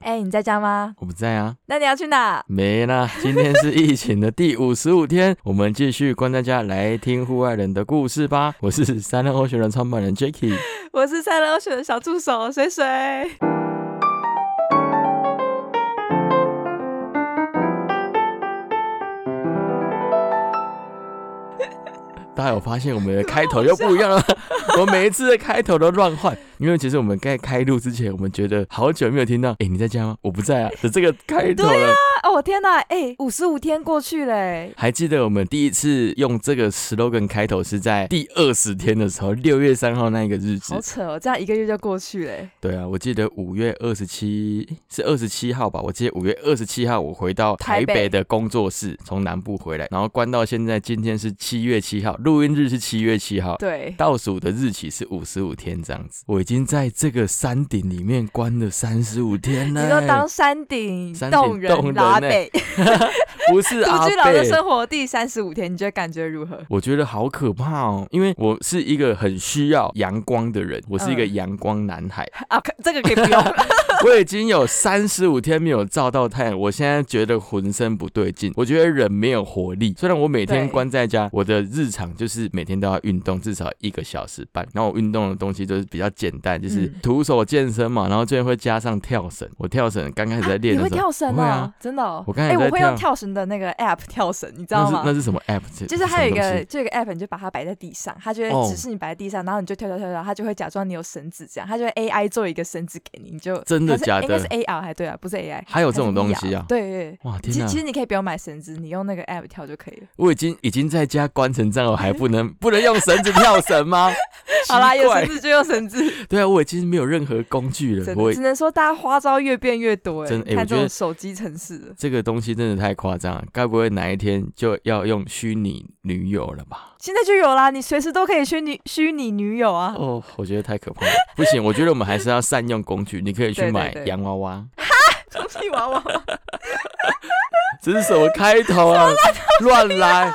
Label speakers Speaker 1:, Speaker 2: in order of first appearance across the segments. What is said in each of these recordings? Speaker 1: 哎、你在家吗？
Speaker 2: 我不在啊，
Speaker 1: 那你要去哪？
Speaker 2: 没啦。今天是疫情的第五十五天，我们继续关在家来听户外人的故事吧。我是三浪欧学人创办人 Jacky。
Speaker 1: 我是赛乐选的小助手水水。
Speaker 2: 大家有发现我们的开头又不一样了吗？我每一次的开头都乱换，因为其实我们在开录之前，我们觉得好久没有听到，哎、你在家吗？我不在啊的这个开头了。
Speaker 1: 啊，我、天哪！哎、五十五天过去嘞，
Speaker 2: 还记得我们第一次用这个 slogan 开头是在第二十天的时候，六月三号那一个日子
Speaker 1: 好。扯哦，这样一个月就过去嘞。
Speaker 2: 对啊，我记得五月二十七是二十七号吧？我记得五月二十七号我回到台
Speaker 1: 台北
Speaker 2: 北的工作室，从南部回来，然后关到现在，今天是七月七号，录音日是七月七号。
Speaker 1: 对，
Speaker 2: 倒数的日期是五十五天这样子，我已经在这个山顶里面关了三十五天
Speaker 1: 你说当
Speaker 2: 了。欸
Speaker 1: 山顶
Speaker 2: 山顶
Speaker 1: 洞
Speaker 2: 洞
Speaker 1: 人
Speaker 2: 人
Speaker 1: 拉
Speaker 2: 呢
Speaker 1: 北，
Speaker 2: 不是
Speaker 1: 独
Speaker 2: 阿
Speaker 1: 居老的
Speaker 2: 贝，
Speaker 1: 生活第三十五天，你觉得感觉如何？
Speaker 2: 我觉得好可怕哦，因为我是一个很需要阳光的人，我是一个
Speaker 1: 嗯
Speaker 2: 阳光男孩。
Speaker 1: 啊，可这个可以不 用了。
Speaker 2: 我已经有三十五天没有照到太阳，我现在觉得浑身不对劲，我觉得人没有活力。虽然我每天
Speaker 1: 对
Speaker 2: 关在家，我的日常就是每天都要运动至少一个小时半，然后我运动的东西都是比较简单，就是
Speaker 1: 嗯
Speaker 2: 徒手健身嘛，然后最近会加上跳绳。我跳绳刚开始在练
Speaker 1: 你
Speaker 2: 的
Speaker 1: 会
Speaker 2: 时候，
Speaker 1: 跳绳哦、
Speaker 2: 我会啊
Speaker 1: 真的、哦。
Speaker 2: 我刚才有
Speaker 1: 哎
Speaker 2: 在
Speaker 1: 我会用
Speaker 2: 跳
Speaker 1: 跳绳的那个 app 跳绳，你知
Speaker 2: 那
Speaker 1: 道
Speaker 2: 是
Speaker 1: 吗？
Speaker 2: 那是什么 app？这
Speaker 1: 就是它有一
Speaker 2: 什么东
Speaker 1: 个
Speaker 2: 西
Speaker 1: 这个 app，你就把它摆在地上，它就
Speaker 2: 哦
Speaker 1: 会指示你摆在地上，然后你就跳跳跳跳，它就会假装你有绳子这样，它就会 AI 做一个绳子给你，你就
Speaker 2: 真的
Speaker 1: 还是
Speaker 2: 假
Speaker 1: 应该是
Speaker 2: 的？
Speaker 1: AR 还对啊，不是 AI，
Speaker 2: 还有
Speaker 1: 有
Speaker 2: 这种东西啊？
Speaker 1: 对对对。
Speaker 2: 哇
Speaker 1: 其
Speaker 2: 天
Speaker 1: 实
Speaker 2: 哪
Speaker 1: 其！实你可以不用买绳子，你用那个 app 跳就可以了。
Speaker 2: 我已经已经在家关成这样，我还不能不能用绳子跳绳吗？
Speaker 1: 好啦，
Speaker 2: 奇
Speaker 1: 有
Speaker 2: 怪
Speaker 1: 绳子就用绳 子，
Speaker 2: 对啊，我已经没有任何工具了，
Speaker 1: 真
Speaker 2: 我
Speaker 1: 的只能说大家花招越变越多哎、
Speaker 2: 真
Speaker 1: 你
Speaker 2: 哎我
Speaker 1: 看这
Speaker 2: 觉
Speaker 1: 种
Speaker 2: 得
Speaker 1: 手机城市了，
Speaker 2: 这个东西真的太夸张了，该不会哪一天就要用虚拟女友了吧？
Speaker 1: 现在就有啦，你随时都可以虚拟虚拟女友啊。
Speaker 2: 哦，我觉得太可怕了，不行，我觉得我们还是要善用工具。你可以去
Speaker 1: 对对
Speaker 2: 买
Speaker 1: 对
Speaker 2: 洋娃娃，
Speaker 1: 充气娃娃，
Speaker 2: 这是什么开头 啊？乱来，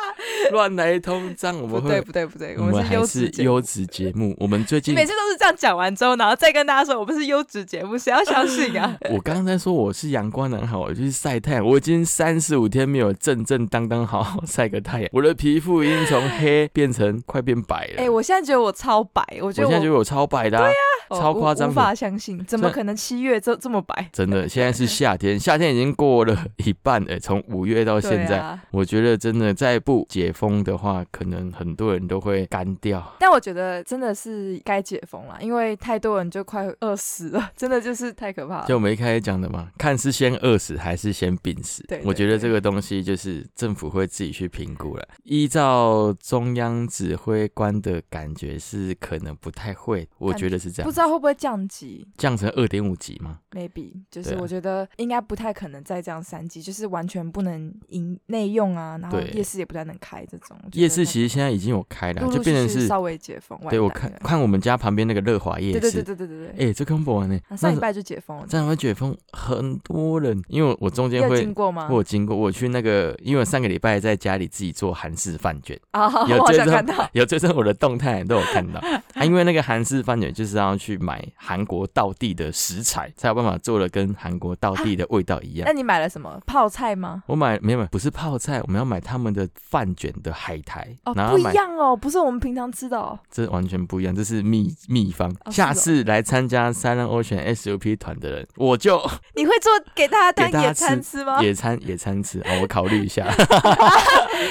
Speaker 2: 乱来一通，这样我
Speaker 1: 不
Speaker 2: 们
Speaker 1: 对
Speaker 2: 会，
Speaker 1: 不对不对，
Speaker 2: 我
Speaker 1: 我
Speaker 2: 们
Speaker 1: 们是
Speaker 2: 还
Speaker 1: 优
Speaker 2: 是
Speaker 1: 质节目
Speaker 2: 优质节目。我们最
Speaker 1: 你
Speaker 2: 近
Speaker 1: 每，次都是这样讲完之后，然后再跟大家说我们是优质节目，谁要相信啊？
Speaker 2: 我刚才说我是阳光男孩，我就是晒太阳，我已经三十五天没有正正当当好好晒个太阳，我的皮肤已经从黑变成快变白 了。
Speaker 1: 哎、我现在觉得我超白，我觉得
Speaker 2: 我现
Speaker 1: 我
Speaker 2: 在觉得我超白的、啊，
Speaker 1: 哦
Speaker 2: 超
Speaker 1: 无
Speaker 2: 夸张
Speaker 1: 无
Speaker 2: 的
Speaker 1: 法相信，怎么
Speaker 2: 这
Speaker 1: 可能七月这这么白？
Speaker 2: 真 的，现在是夏天，夏天已经过了一半了， 从五月到现
Speaker 1: 对
Speaker 2: 在，
Speaker 1: 啊，
Speaker 2: 我觉得真的再不解封的话，可能很多人都会干掉。
Speaker 1: 但我觉得真的是该解封了，因为太多人就快饿死了，真的就是太可怕
Speaker 2: 就
Speaker 1: 了。
Speaker 2: 我们一开始讲的嘛，看是先饿死还是先病死。
Speaker 1: 对对
Speaker 2: 我觉得这个东西就是政府会自己去评估了。依照中央指挥官的感觉是可能不太会，我觉得是这
Speaker 1: 不
Speaker 2: 样
Speaker 1: 知，道会不会降级
Speaker 2: 降成二点五级吗？
Speaker 1: ，maybe 就是
Speaker 2: 对啊
Speaker 1: 我觉得应该不太可能再这样三级，就是完全不能营内用啊，然后
Speaker 2: 对
Speaker 1: 夜市也不太能开这种。我觉得
Speaker 2: 夜市其实现在已经有开了，
Speaker 1: 陆陆
Speaker 2: 就变成
Speaker 1: 续续
Speaker 2: 是，
Speaker 1: 稍微解封，
Speaker 2: 对我
Speaker 1: 完蛋
Speaker 2: 看
Speaker 1: 了
Speaker 2: 看我们家旁边那个乐华夜市，
Speaker 1: 对对对对对对对，
Speaker 2: 哎、这跟不完呢、
Speaker 1: 啊
Speaker 2: 那
Speaker 1: 上礼
Speaker 2: 时候
Speaker 1: 拜就解封了，
Speaker 2: 这样会解封很多人，因为我我中
Speaker 1: 你
Speaker 2: 间
Speaker 1: 有
Speaker 2: 会
Speaker 1: 经过吗？
Speaker 2: 我有经过，我去那个，因为我上个礼拜在家里自己做韩式饭卷，
Speaker 1: 啊，
Speaker 2: 有
Speaker 1: 我好
Speaker 2: 追
Speaker 1: 像
Speaker 2: 踪
Speaker 1: 看到，
Speaker 2: 有追踪我的动态都有看 到啊。因为那个韩式饭卷就是要去买韩国道地的食材，才有办法做的跟韩国道地的味道一样
Speaker 1: 那。你买了什么泡菜吗？
Speaker 2: 我买没有买，不是泡菜，我们要买他们的饭卷的海苔，
Speaker 1: 哦，
Speaker 2: 然
Speaker 1: 不
Speaker 2: 后
Speaker 1: 一
Speaker 2: 买
Speaker 1: 样哦，不是我们平常吃的哦。
Speaker 2: 这完全不一样，这是秘秘方。
Speaker 1: 哦是
Speaker 2: 下
Speaker 1: 哦
Speaker 2: 次来参加 Silent Ocean SUP 团的人，我就
Speaker 1: 你会做给大家当
Speaker 2: 给大家
Speaker 1: 野餐吃吗？
Speaker 2: 野餐野餐吃啊，我考虑一下。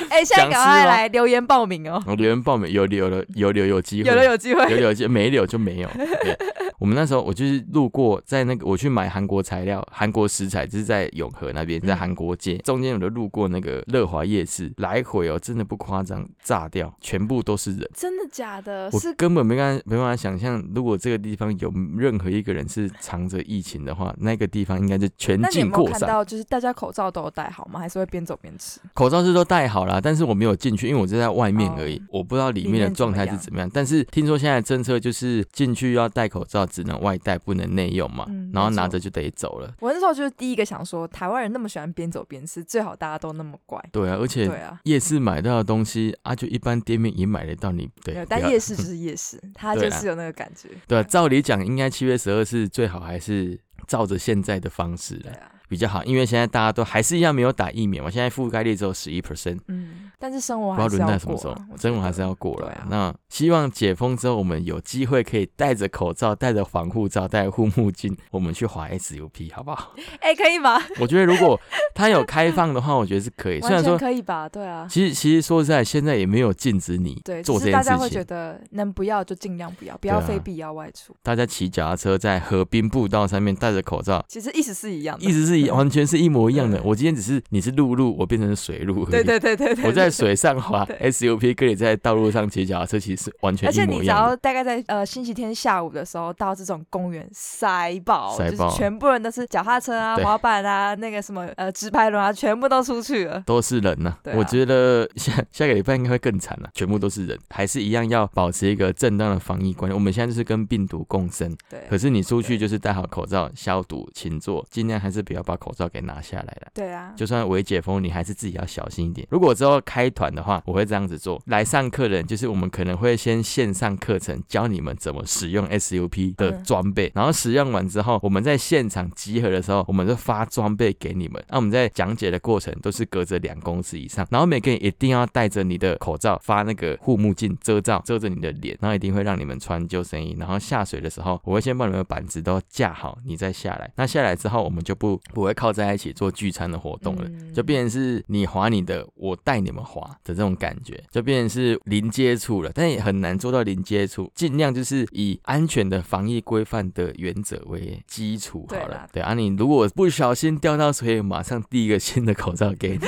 Speaker 1: 哎，现在赶
Speaker 2: 想吃
Speaker 1: 快
Speaker 2: 吗
Speaker 1: 来留言报名哦，
Speaker 2: 我留言报名有留了，有留有机会，
Speaker 1: 有了有机会。
Speaker 2: 有留就没留 就没有。对，我们那时候我就是路过，在那个我去买韩国材料、韩国食材，就是在永和那边，
Speaker 1: 嗯
Speaker 2: 在韩国街中间，我就路过那个乐华夜市，来回哦，真的不夸张，炸掉，全部都是人。
Speaker 1: 真的假的？
Speaker 2: 我
Speaker 1: 哦是
Speaker 2: 根本没办法没办法想象，如果这个地方有任何一个人是藏着疫情的话，那个地方应该就全
Speaker 1: 那你有
Speaker 2: 境
Speaker 1: 没有
Speaker 2: 扩
Speaker 1: 看
Speaker 2: 散。
Speaker 1: 到，就是大家口罩都有戴好吗？还是会边走边吃？
Speaker 2: 口罩是都戴好了，但是我没有进去，因为我是在外面
Speaker 1: 哦
Speaker 2: 而已，我不知道里面的状态是怎么样。但是听说现在的政策就是进去要戴口罩，只能外戴，不能内用嘛，
Speaker 1: 嗯
Speaker 2: 然后
Speaker 1: 没错
Speaker 2: 拿着就得走了。
Speaker 1: 我那时候就是第一个想说，台湾人那么喜欢边走边吃，最好大家都那么乖。
Speaker 2: 对啊，而
Speaker 1: 对
Speaker 2: 且
Speaker 1: 啊，
Speaker 2: 夜市买到的东西啊，就一般店面也买得到你，
Speaker 1: 没有，，
Speaker 2: 对不要
Speaker 1: 但夜市就是夜市，它
Speaker 2: 对
Speaker 1: 就
Speaker 2: 啊
Speaker 1: 是有那个感觉。
Speaker 2: 对啊、照理讲应该七月十二是最好还是照着现在的方式
Speaker 1: 对
Speaker 2: 来
Speaker 1: 啊，
Speaker 2: 比较好，因为现在大家都还是一样没有打疫苗嘛，现在覆盖率只有十一 percent，
Speaker 1: 嗯，但是生活
Speaker 2: 不知道
Speaker 1: 还是要
Speaker 2: 轮到
Speaker 1: 过、
Speaker 2: 什么时候
Speaker 1: 啊，我觉
Speaker 2: 生活还
Speaker 1: 得
Speaker 2: 是要过了
Speaker 1: 对
Speaker 2: 啊
Speaker 1: 啊。
Speaker 2: 那希望解封之后，我们有机会可以戴着口罩、戴着防护罩、戴着护目镜，我们去滑 SUP，好不好？
Speaker 1: 哎、可以吧？
Speaker 2: 我觉得如果它有开放的话，我觉得是可以。虽
Speaker 1: 完
Speaker 2: 然
Speaker 1: 全
Speaker 2: 说，
Speaker 1: 可以吧？对啊，
Speaker 2: 其实其实说实在，现在也没有禁止你
Speaker 1: 对，
Speaker 2: 做
Speaker 1: 只
Speaker 2: 这
Speaker 1: 是
Speaker 2: 件
Speaker 1: 大家会
Speaker 2: 事
Speaker 1: 觉
Speaker 2: 情。
Speaker 1: 得能不要就尽量不要，不
Speaker 2: 对
Speaker 1: 要
Speaker 2: 啊
Speaker 1: 非必要外出。
Speaker 2: 大家骑脚踏车在河滨步道上面戴着口 罩，
Speaker 1: 其实意思是一样的，
Speaker 2: 一直是一完全是一模一样的。
Speaker 1: 对
Speaker 2: 我今天只是你是陆路，我变成水路而已。
Speaker 1: 对对对对对，
Speaker 2: 我
Speaker 1: 对
Speaker 2: 在水上滑
Speaker 1: 对
Speaker 2: SUP，跟你在道路上骑脚踏车其实是完全
Speaker 1: 而且
Speaker 2: 一
Speaker 1: 你
Speaker 2: 模一
Speaker 1: 只
Speaker 2: 样
Speaker 1: 要
Speaker 2: 的。
Speaker 1: 大概在呃星期天下午的时候到这种公园塞爆，
Speaker 2: 塞
Speaker 1: 就
Speaker 2: 爆
Speaker 1: 是全部人都是脚踏车啊、
Speaker 2: 对
Speaker 1: 滑板啊、那个什么呃直排轮啊，全部都出去了。
Speaker 2: 都是人呐、
Speaker 1: 对啊
Speaker 2: 我觉得下下个礼拜应该会更惨了、全部都是人，还是一样要保持一个正当的防疫观念。我们现在就是跟病毒共生，
Speaker 1: 对
Speaker 2: 可，是你出去就是戴好口罩、消毒、勤做，尽量还是不要把口罩给拿下来了。
Speaker 1: 对啊，
Speaker 2: 就算微解封，你还是自己要小心一点。如果之后开团的话，我会这样子做。来上课的人，就是我们可能会先线上课程教你们怎么使用 SUP 的
Speaker 1: 嗯
Speaker 2: 装备，然后使用完之后，我们在现场集合的时候，我们就发装备给你们。那我们在讲解的过程都是隔着两公尺以上，然后每个人一定要戴着你的口罩，发那个护目镜遮罩，遮着你的脸，然后一定会让你们穿救生衣。然后下水的时候，我会先把你们板子都架好，你再下来。那下来之后，我们就不不会靠在一起做聚餐的活动了。
Speaker 1: 嗯
Speaker 2: 就变成是你滑你的，我带你们滑的这种感觉，就变成是零接触了，但也很难做到零接触，尽量就是以安全的防疫规范的原则为基础好
Speaker 1: 对
Speaker 2: 了
Speaker 1: 啦。
Speaker 2: 对啊，你如果不小心掉到水里，马上递一个新的口罩给你，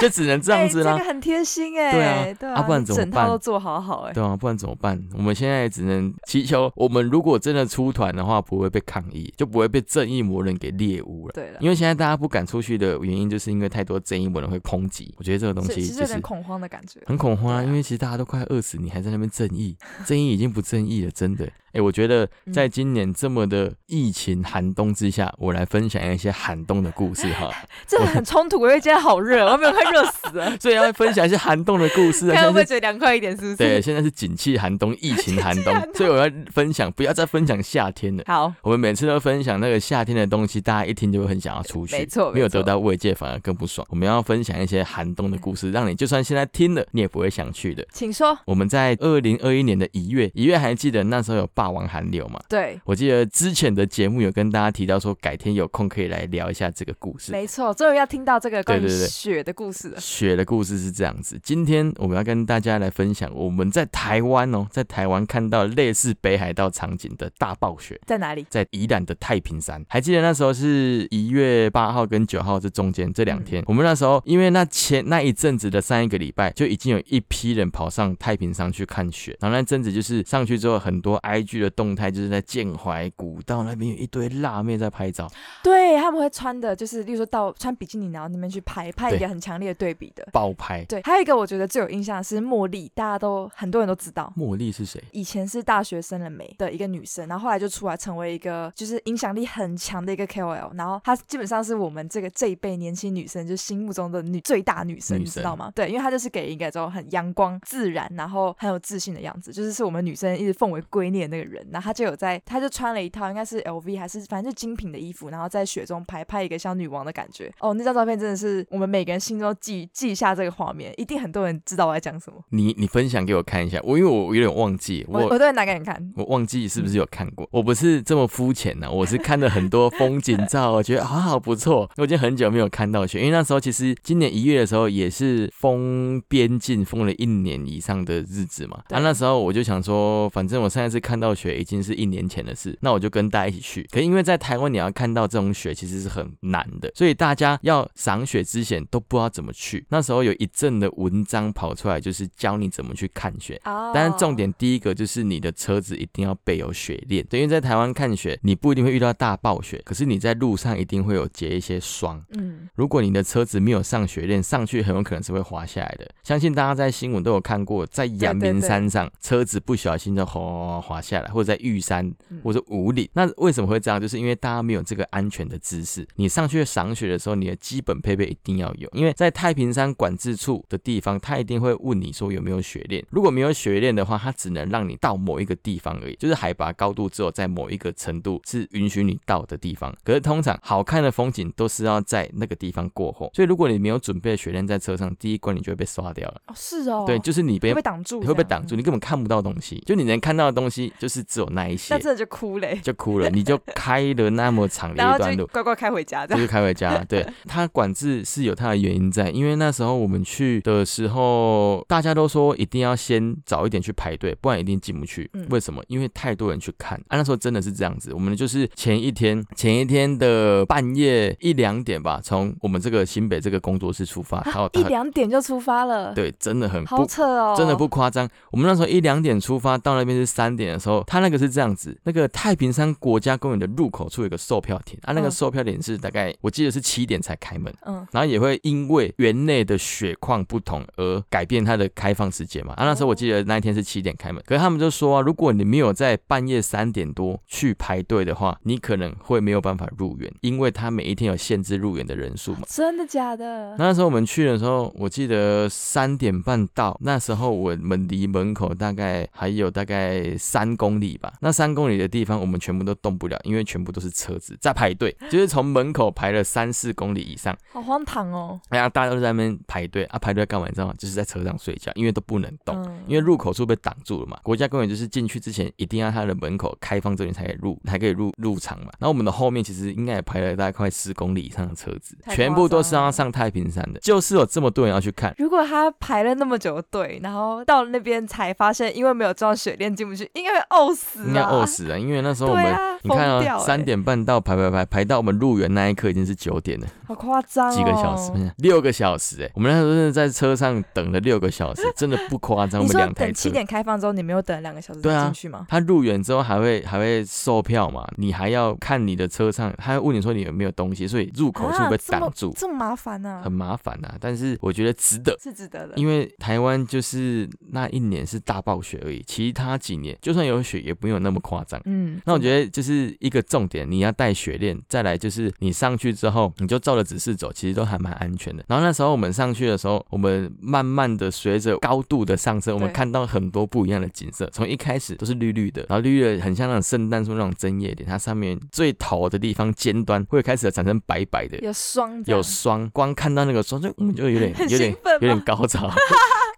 Speaker 2: 就只能这样子
Speaker 1: 哎
Speaker 2: 啦。
Speaker 1: 这个很贴心哎、
Speaker 2: 对
Speaker 1: 啊，
Speaker 2: 啊
Speaker 1: 对
Speaker 2: 啊不然
Speaker 1: 你
Speaker 2: 怎么
Speaker 1: 整套
Speaker 2: 办
Speaker 1: 都做好好哎、
Speaker 2: 对啊，不然怎么办？我们现在只能祈求，我们如果真的出团的话，不会被抗议，就不会被正义魔人给猎污了。
Speaker 1: 对了，
Speaker 2: 因为现在大家不敢出去的原因，就是因为太多正义魔人会抨击。我觉得这个东
Speaker 1: 所以
Speaker 2: 西
Speaker 1: 其实
Speaker 2: 就
Speaker 1: 有
Speaker 2: 是
Speaker 1: 点恐慌的感觉。
Speaker 2: 很恐慌啊，
Speaker 1: 对啊
Speaker 2: 因为其实大家都快饿死，你还在那边正 义，正义已经不正义了，真的。哎、我觉得
Speaker 1: 嗯
Speaker 2: 在今年这么的疫情寒冬之下，我来分享一些寒冬的故事哈。
Speaker 1: 这很冲突，因为今天好热，我没有快热 死了
Speaker 2: ，所以要分享一些寒冬的故事 啊。
Speaker 1: 看会
Speaker 2: 现
Speaker 1: 不
Speaker 2: 在
Speaker 1: 会
Speaker 2: 是
Speaker 1: 觉得凉快一点，是不
Speaker 2: 对，
Speaker 1: 是？
Speaker 2: 现在是景气寒冬，疫情 寒冬
Speaker 1: 寒，冬
Speaker 2: 所以我要分享，不要再分享夏天了。
Speaker 1: 好，
Speaker 2: 我们每次都分享那个夏天的东西，大家一听就会很想要出去，
Speaker 1: 没错
Speaker 2: 没有
Speaker 1: 没错
Speaker 2: 得到慰藉反而更不爽。我们要分享一些寒冬的故事，让你就算现在听了，你也不会想去的。
Speaker 1: 请说。
Speaker 2: 我们在二零二一年的一月，一月还记得那时候有霸王寒流嘛？
Speaker 1: 对，
Speaker 2: 我记得之前的节目有跟大家提到说，改天有空可以来聊一下这个故事。
Speaker 1: 没错，终于要听到这个关于
Speaker 2: 对对对
Speaker 1: 雪的故事了。
Speaker 2: 雪的故事是这样子，今天我们要跟大家来分享我们在台湾哦，在台湾看到类似北海道场景的大暴雪。
Speaker 1: 在哪里？
Speaker 2: 在宜兰的太平山，还记得那时候是一月八号跟九号这中间这两天，我们那时候因为那前那一阵子的上一个礼拜，就已经有一批人跑上太平山去看雪，然后那阵子就是上去之后，很多 IG 的动态就是在建怀古道那边有一堆辣妹在拍照，
Speaker 1: 对，他们会穿的就是，例如说到穿比基尼，然后那边去拍，拍一
Speaker 2: 对
Speaker 1: 个很强烈的对比的。
Speaker 2: 爆拍。
Speaker 1: 对，还有一个我觉得最有印象的是茉莉，大家都很多人都知道。
Speaker 2: 茉莉是谁？
Speaker 1: 以前是大学生了没的一个女生，然后后来就出来成为一个就是影响力很强的一个 KOL，然后她基本上是我们这个这一辈年轻女生就心目中的女最大女生，
Speaker 2: 女
Speaker 1: 你
Speaker 2: 神
Speaker 1: 知道吗？对，因为她就是给一个这种很阳光、自然，然后很有自信的样子，就是是我们女生一直奉为圭臬的那个人。然后她就有在，她就穿了一套应该是 LV 还是反正就精品的衣服，然后在雪中拍拍一个像女王的感觉。哦，那张照片真的是我们每个人心中记记下这个画面，一定很多人知道我在讲什么。
Speaker 2: 你你分享给我看一下，我因为我有点忘记，
Speaker 1: 我我都会拿给你看。
Speaker 2: 我忘记是不是有看过，我不是这么肤浅呢，我是看了很多风景照， 我觉得好好不错。我已经很久没有看到雪，因为那时候其实今年一月的时候也是封边境封了一年以上的日子嘛。
Speaker 1: 对
Speaker 2: 啊，那时候我就想说，反正我上一次看到雪已经是一年前的事，那我就跟大家一起去。可因为在台湾你要看到这种雪其实是很难的，所以大家要赏雪之前都不知道怎么去。那时候有一阵的文章跑出来，就是教你怎么去看雪。
Speaker 1: 哦，
Speaker 2: 但是重点第一个就是你的车子一定要备有雪链，对，因为在台湾看雪，你不一定会遇到大暴雪，可是你在路上一定会有结一些霜。
Speaker 1: 嗯，
Speaker 2: 如果你的车子没有上雪链，上去很有可能是会滑下来的。相信大家在新闻都有看过，在阳明山上，车子不小心就哗哗哗滑下下来，或者在玉山
Speaker 1: 嗯
Speaker 2: 或者五岭。那为什么会这样？就是因为大家没有这个安全的知识。你上去赏雪的时候，你的基本配备一定要有，因为在太平山管制处的地方，他一定会问你说有没有雪链。如果没有雪链的话，它只能让你到某一个地方而已，就是海拔高度只有在某一个程度是允许你到的地方。可是通常好看的风景都是要在那个地方过后，所以如果你没有准备雪链在车上，第一关你就会被刷掉了。
Speaker 1: 哦，是哦，
Speaker 2: 对，就是你被
Speaker 1: 会被挡住，
Speaker 2: 会被挡住，
Speaker 1: 这样。
Speaker 2: 你根本看不到东西，就你能看到的东西就是只有那一些
Speaker 1: 那，真的就哭嘞，
Speaker 2: 就哭了，你就开了那么长的
Speaker 1: 然
Speaker 2: 一
Speaker 1: 后
Speaker 2: 段
Speaker 1: 就
Speaker 2: 路。
Speaker 1: 乖乖开回家这样。
Speaker 2: 就是开 回家，对它管制是有它的原因在，因为那时候我们去的时候，大家都说一定要先早一点去排队，不然一定进不去。
Speaker 1: 嗯
Speaker 2: 为什么？因为太多人去看啊，那时候真的是这样子。我们就是前一天，前一天的半夜一两点吧，从我们这个新北这个工作室出发，到
Speaker 1: 啊一两点就出发了，，
Speaker 2: 对，真的很不
Speaker 1: 好扯哦，
Speaker 2: 真的不夸张，我们那时候一两点出发，到那边是三点的时候，他那个是这样子，那个太平山国家公园的入口处有个售票亭，啊，那个
Speaker 1: 嗯
Speaker 2: 售票点是大概我记得是七点才开门。
Speaker 1: 嗯，
Speaker 2: 然后也会因为园内的雪况不同而改变它的开放时间嘛。啊，那时候我记得那一天是七点开门，可是他们就说啊，如果你没有在半夜三点多去排队的话，你可能会没有办法入园，因为它每一天有限制入园的人数嘛。
Speaker 1: 真的假的？
Speaker 2: 那时候我们去的时候，我记得三点半到，那时候我们离门口大概还有大概三公里吧。那三公里的地方我们全部都动不了，因为全部都是车子在排队，就是从门口排了三四公里以上，
Speaker 1: 好荒唐哦，
Speaker 2: 哎呀，大家都在那边排队啊，排队干嘛你知道吗？就是在车上睡觉，因为都不能动。
Speaker 1: 嗯
Speaker 2: 因为入口处被挡住了嘛，国家公园就是进去之前一定要它的门口开放这里才可以入，才可以入入场嘛。然后我们的后面其实应该也排了大概快十公里以上的车子，
Speaker 1: 太夸张了
Speaker 2: 全部都是要上太平山的，就是有这么多人要去看。
Speaker 1: 如果他排了那么久的队，然后到那边才发现，因为没有装雪链进不去，应该会呕死
Speaker 2: 应该
Speaker 1: 吧
Speaker 2: 饿死了，因为那时候我
Speaker 1: 啊对
Speaker 2: 们、
Speaker 1: 啊，
Speaker 2: 你看
Speaker 1: 疯掉
Speaker 2: 啊，
Speaker 1: 欸
Speaker 2: 三，点半到排排排排到我们入园那一刻已经是九点了，
Speaker 1: 好夸张、哦，
Speaker 2: 几个小时，六个小时哎、我们那时候真的在车上等了六个小时，真的不夸张，我
Speaker 1: 你
Speaker 2: 们
Speaker 1: 说
Speaker 2: 两台
Speaker 1: 等
Speaker 2: 车
Speaker 1: 七。点开放之后，你没有等两个小时
Speaker 2: 对
Speaker 1: 才
Speaker 2: 啊
Speaker 1: 进去吗？
Speaker 2: 他入园之后还会还会售票嘛，你还要看你的车上，他会问你说你有没有东西，所以入口处被挡住，
Speaker 1: 啊这么麻烦呢、
Speaker 2: 很麻烦呐、但是我觉得值得。
Speaker 1: 是值得的。
Speaker 2: 因为台湾就是那一年是大暴雪而已，其他几年就算有雪也没有那么夸张。
Speaker 1: 嗯，
Speaker 2: 那我觉得就是一个重点，你要带雪链，再来就是你上去之后，你就照着指示走，其实都还蛮安全的。然后那时候我们上去的时候，我们慢慢的随着高度的上升，我们
Speaker 1: 对
Speaker 2: 看到很多不一样的景色。从一开始都是绿绿的，然后绿绿的很像那种圣诞树那种针叶点，它上面最头的地方尖端会开始产生白白的，
Speaker 1: 有霜这样，
Speaker 2: 有霜，光看到那个霜就我们就有点
Speaker 1: 很
Speaker 2: 有点
Speaker 1: 兴奋吗
Speaker 2: 有点 高潮。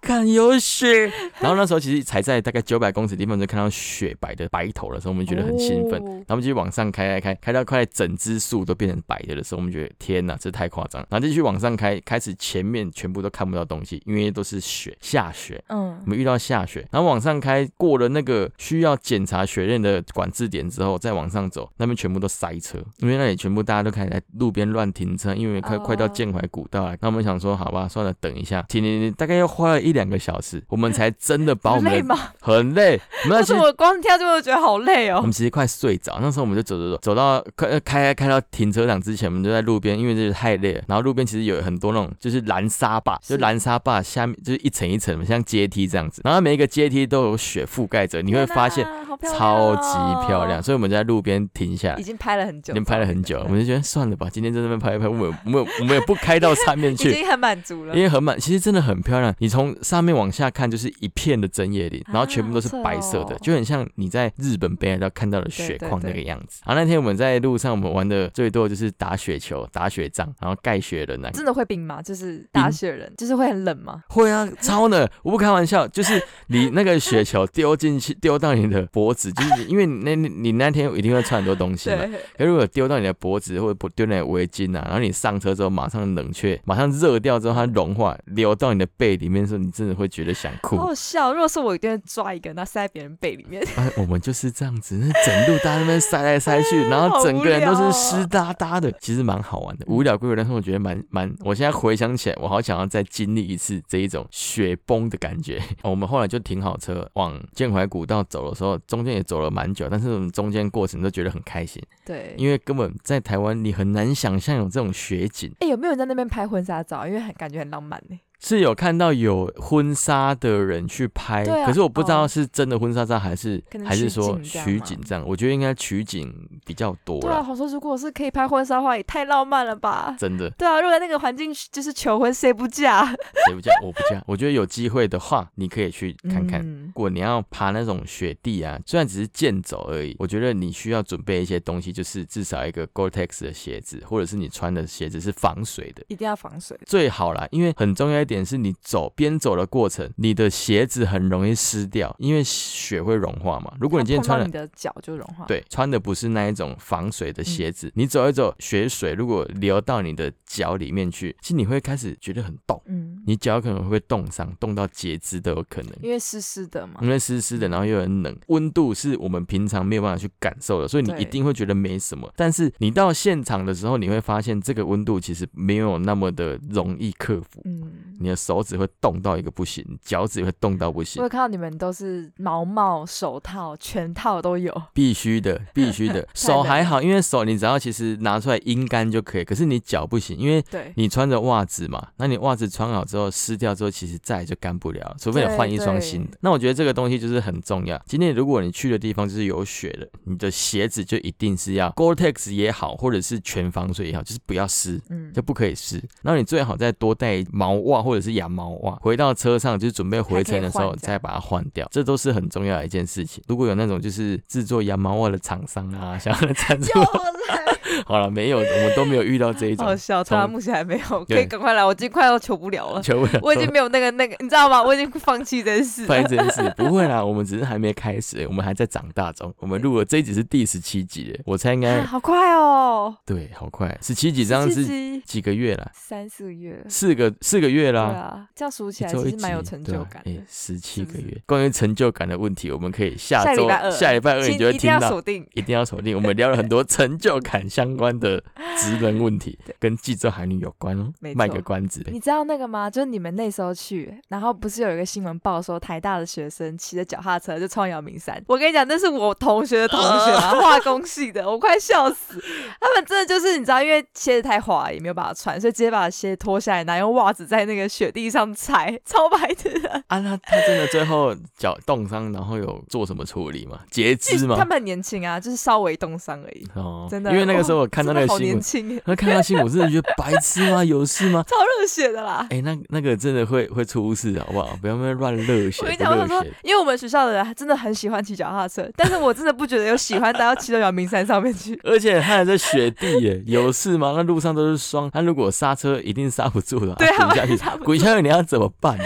Speaker 2: 看有雪，然后那时候其实才在大概九百公尺地方就看到雪白的白头的时候，我们觉得很兴奋。
Speaker 1: 哦
Speaker 2: 然后我们继续往上开开开，开到快整只树都变成白的的时候，我们觉得天哪，这太夸张了。然后继续往上开，开始前面全部都看不到东西，因为都是雪，下雪。
Speaker 1: 嗯
Speaker 2: 我，们遇到下雪，然后往上开，过了那个需要检查雪链的管制点之后，再往上走，那边全部都塞车，因为那里全部大家都开始在路边乱停车，因为快、
Speaker 1: 哦
Speaker 2: 快到建怀古道了。那我们想说，好吧，算了，等一下，停停停，大概要花了一两个小时，我们才真的把我
Speaker 1: 很
Speaker 2: 们
Speaker 1: 累
Speaker 2: 的
Speaker 1: 吗？
Speaker 2: 很累，我们那
Speaker 1: 但
Speaker 2: 其
Speaker 1: 是
Speaker 2: 实
Speaker 1: 我光跳这个我觉得好累
Speaker 2: 我
Speaker 1: 哦
Speaker 2: 们。其实快睡着，那时候我们就走走走，走到快呃开开开到停车场之前，我们就在路边，因为就是太累了。然后路边其实有很多那种就是蓝沙坝，就是蓝沙坝下面就是一层一层像阶梯这样子，然后每一个阶梯都有雪覆盖着，你会发现
Speaker 1: 天哪好漂亮
Speaker 2: 超
Speaker 1: 哦
Speaker 2: 级漂亮。所以我们就在路边停下
Speaker 1: 已
Speaker 2: 来。
Speaker 1: 经拍了很久，
Speaker 2: 已经拍了很久了，我们就觉得算了吧，今天在那边拍一拍，我们我们我们也不开到上面
Speaker 1: 已
Speaker 2: 去，
Speaker 1: 经很满足了
Speaker 2: 因。为很满，其实真的很漂亮。你从上面往下看，就是一片的针叶林，
Speaker 1: 啊
Speaker 2: 然后全部都是白色的，
Speaker 1: 好扯哦
Speaker 2: 就很像你在日本北海道看到的雪矿那
Speaker 1: 对对对
Speaker 2: 个样子。然后那天我们在路上，我们玩的最多的就是打雪球、打雪仗，然后盖雪人啊。
Speaker 1: 真的会冰吗？就是打雪人，就是会很冷吗？
Speaker 2: 会啊，超冷！我不开玩笑，就是你那个雪球丢进去，丢到你的脖子，就是因为你那你那天一定会穿很多东西嘛，
Speaker 1: 对，
Speaker 2: 可如果丢到你的脖子或者丢到你的围巾啊，然后你上车之后马上冷却，马上热掉之后它融化，流到你的背里面的时候，你真的会觉得想哭。
Speaker 1: 好好笑。如果是我，一定会抓一个，然后塞在别人背里 面。
Speaker 2: 哎，我们就是这样子，那整路大家在那边塞来塞去，然后整个人都是湿哒哒的，其实蛮好玩的。无聊归无聊，但是我觉得蛮蛮，我现在回想起来，我好想要再经历一次这一种雪崩的感觉。 哦我们后来就停好车，往建怀古道走的时候，中间也走了蛮久，但是我们中间过程都觉得很开心，
Speaker 1: 对，
Speaker 2: 因为根本在台湾你很难想象有这种雪景。
Speaker 1: 哎、有没有人在那边拍婚纱照？因为很感觉很浪漫呢、
Speaker 2: 是有看到有婚纱的人去拍，
Speaker 1: 对啊
Speaker 2: 可是我不知道
Speaker 1: 哦
Speaker 2: 是真的婚纱照还是、
Speaker 1: 可能
Speaker 2: 还
Speaker 1: 取
Speaker 2: 是
Speaker 1: 景
Speaker 2: 说
Speaker 1: 这样
Speaker 2: 取
Speaker 1: 吗
Speaker 2: 景这样。我觉得应该取景比较多
Speaker 1: 对啊，
Speaker 2: 啦，
Speaker 1: 我说如果是可以拍婚纱的话，也太浪漫了吧？。
Speaker 2: 真的
Speaker 1: 对啊，如果那个环境就是求婚谁不嫁？
Speaker 2: 谁不嫁我不嫁。我觉得有机会的话，你可以去看看。
Speaker 1: 嗯
Speaker 2: 如果你要爬那种雪地啊，虽然只是健走而已，我觉得你需要准备一些东西，就是至少一个 Gore-Tex 的鞋子，或者是你穿的鞋子是防水的。
Speaker 1: 一定要防水。
Speaker 2: 最好啦，因为很重要一点是你走边走的过程，你的鞋子很容易湿掉，因为雪会融化嘛。如果你今天
Speaker 1: 它碰
Speaker 2: 穿
Speaker 1: 到
Speaker 2: 了
Speaker 1: 你的脚就融化。，
Speaker 2: 对，穿的不是那一种防水的鞋子，你走一走，雪水如果流到你的脚里面去，其实你会开始觉得很冻，
Speaker 1: 嗯，
Speaker 2: 你脚可能会冻伤，冻到截肢都有可能。
Speaker 1: 因为嗯湿湿的嘛
Speaker 2: 因。为湿湿的，然后又很冷，温度是我们平常没有办法去感受的，所以你
Speaker 1: 对
Speaker 2: 一定会觉得没什么。但是你到现场的时候，你会发现这个温度其实没有那么的容易克服，
Speaker 1: 嗯，
Speaker 2: 你的手指会冻到一个不行，脚趾也会冻到不
Speaker 1: 我
Speaker 2: 行
Speaker 1: 有，看到你们都是毛帽、手套、全套都有。
Speaker 2: 必须 的，必须的。手
Speaker 1: 冷
Speaker 2: 还
Speaker 1: 了
Speaker 2: 好，因为手你只要其实拿出来阴干就可以，可是你脚不行，因为。
Speaker 1: 对，
Speaker 2: 你穿着袜子嘛，那你袜子穿好之后湿掉之后，其实再也就干不了了，除非你
Speaker 1: 对
Speaker 2: 换一双
Speaker 1: 对
Speaker 2: 新的。那我觉得这个东西就是很重要。今天如果你去的地方就是有雪的，你的鞋子就一定是要 Gore-Tex 也好，或者是全防水也好，就是不要湿。
Speaker 1: 嗯
Speaker 2: 就，不可以湿，然后你最好再多带毛袜或者是羊毛袜，回到车上就是准备回程的时
Speaker 1: 还可以
Speaker 2: 候
Speaker 1: 换
Speaker 2: 再把它换掉，这都是很重要的一件事情。如果有那种就是制作羊毛袜的厂商啊，想要来赞助
Speaker 1: 又
Speaker 2: 我，
Speaker 1: 来，
Speaker 2: 好了，没有，我们都没有遇到这一种
Speaker 1: 好，笑，突
Speaker 2: 从
Speaker 1: 然目前还没有，可
Speaker 2: 对
Speaker 1: 以赶快来，我已经快要求不了 了，
Speaker 2: 全部人
Speaker 1: 我已
Speaker 2: 都
Speaker 1: 经没有那个那个，你知道吗？我已经放弃这件事了。
Speaker 2: 发现这件事，不会啦，我们只是还没开始，我们还在长大中。我们录了这一集是第十七集了，我猜应该
Speaker 1: 啊好快哦，
Speaker 2: 对，好快，十七集这样
Speaker 1: 自
Speaker 2: 是
Speaker 1: 己
Speaker 2: 几个月啦？
Speaker 1: 三四个月，
Speaker 2: 四个四个
Speaker 1: 嗯
Speaker 2: 月
Speaker 1: 对
Speaker 2: 啦。
Speaker 1: 啊，这样数起来
Speaker 2: 周
Speaker 1: 其
Speaker 2: 一
Speaker 1: 实蛮有
Speaker 2: 集
Speaker 1: 成
Speaker 2: 对
Speaker 1: 就
Speaker 2: 啊
Speaker 1: 感
Speaker 2: 哎
Speaker 1: 的，。
Speaker 2: 十七
Speaker 1: 是不
Speaker 2: 个
Speaker 1: 是
Speaker 2: 月，关于成就感的问题，我们可以下
Speaker 1: 下礼
Speaker 2: 周
Speaker 1: 拜二
Speaker 2: 下礼拜二你
Speaker 1: 请
Speaker 2: 就会
Speaker 1: 一定
Speaker 2: 听
Speaker 1: 要
Speaker 2: 到，
Speaker 1: 锁定，
Speaker 2: 一定要锁定。我们聊了很多成就感相关的职能问 题，跟济州海女有关哦
Speaker 1: 没，错
Speaker 2: 卖个关子。
Speaker 1: 你知道那个吗？就是你们那时候去，然后不是有一个新闻报说台大的学生骑着脚踏车就撞阳明山？我跟你讲，那是我同学的同
Speaker 2: 呃
Speaker 1: 学啊，化工系的，我快笑死。他们真的就是你知道，因为鞋子太滑，也没有办法穿，所以直接把鞋脱下来，然后用袜子在那个雪地上踩，超白痴的。
Speaker 2: 啊，那他真的最后脚冻伤，然后有做什么处理吗？截肢吗
Speaker 1: 他？们很年轻啊，就是稍微冻伤而已，
Speaker 2: 哦，
Speaker 1: 真的。
Speaker 2: 因为那个时候
Speaker 1: 哦
Speaker 2: 我看到那
Speaker 1: 真的
Speaker 2: 个
Speaker 1: 好
Speaker 2: 新
Speaker 1: 年
Speaker 2: 闻，
Speaker 1: 轻耶，
Speaker 2: 那看到新闻，我真的觉得白痴吗？有事吗？
Speaker 1: 超热血的啦。
Speaker 2: 哎、那那个真的会会出事，好不好？不要那么乱热血，
Speaker 1: 我跟你
Speaker 2: 不
Speaker 1: 讲，我
Speaker 2: 热
Speaker 1: 想说
Speaker 2: 血。，
Speaker 1: 因为我们学校的人真的很喜欢骑脚踏车，但是我真的不觉得有喜欢到要骑到阳明山上面去。
Speaker 2: 而且他还在雪地耶，有事吗？那路上都是霜，他如果刹车一定刹不住的、啊，
Speaker 1: 对啊
Speaker 2: 滚下
Speaker 1: 我也刹不
Speaker 2: 去，
Speaker 1: 住
Speaker 2: 滚下去，你要怎么 办？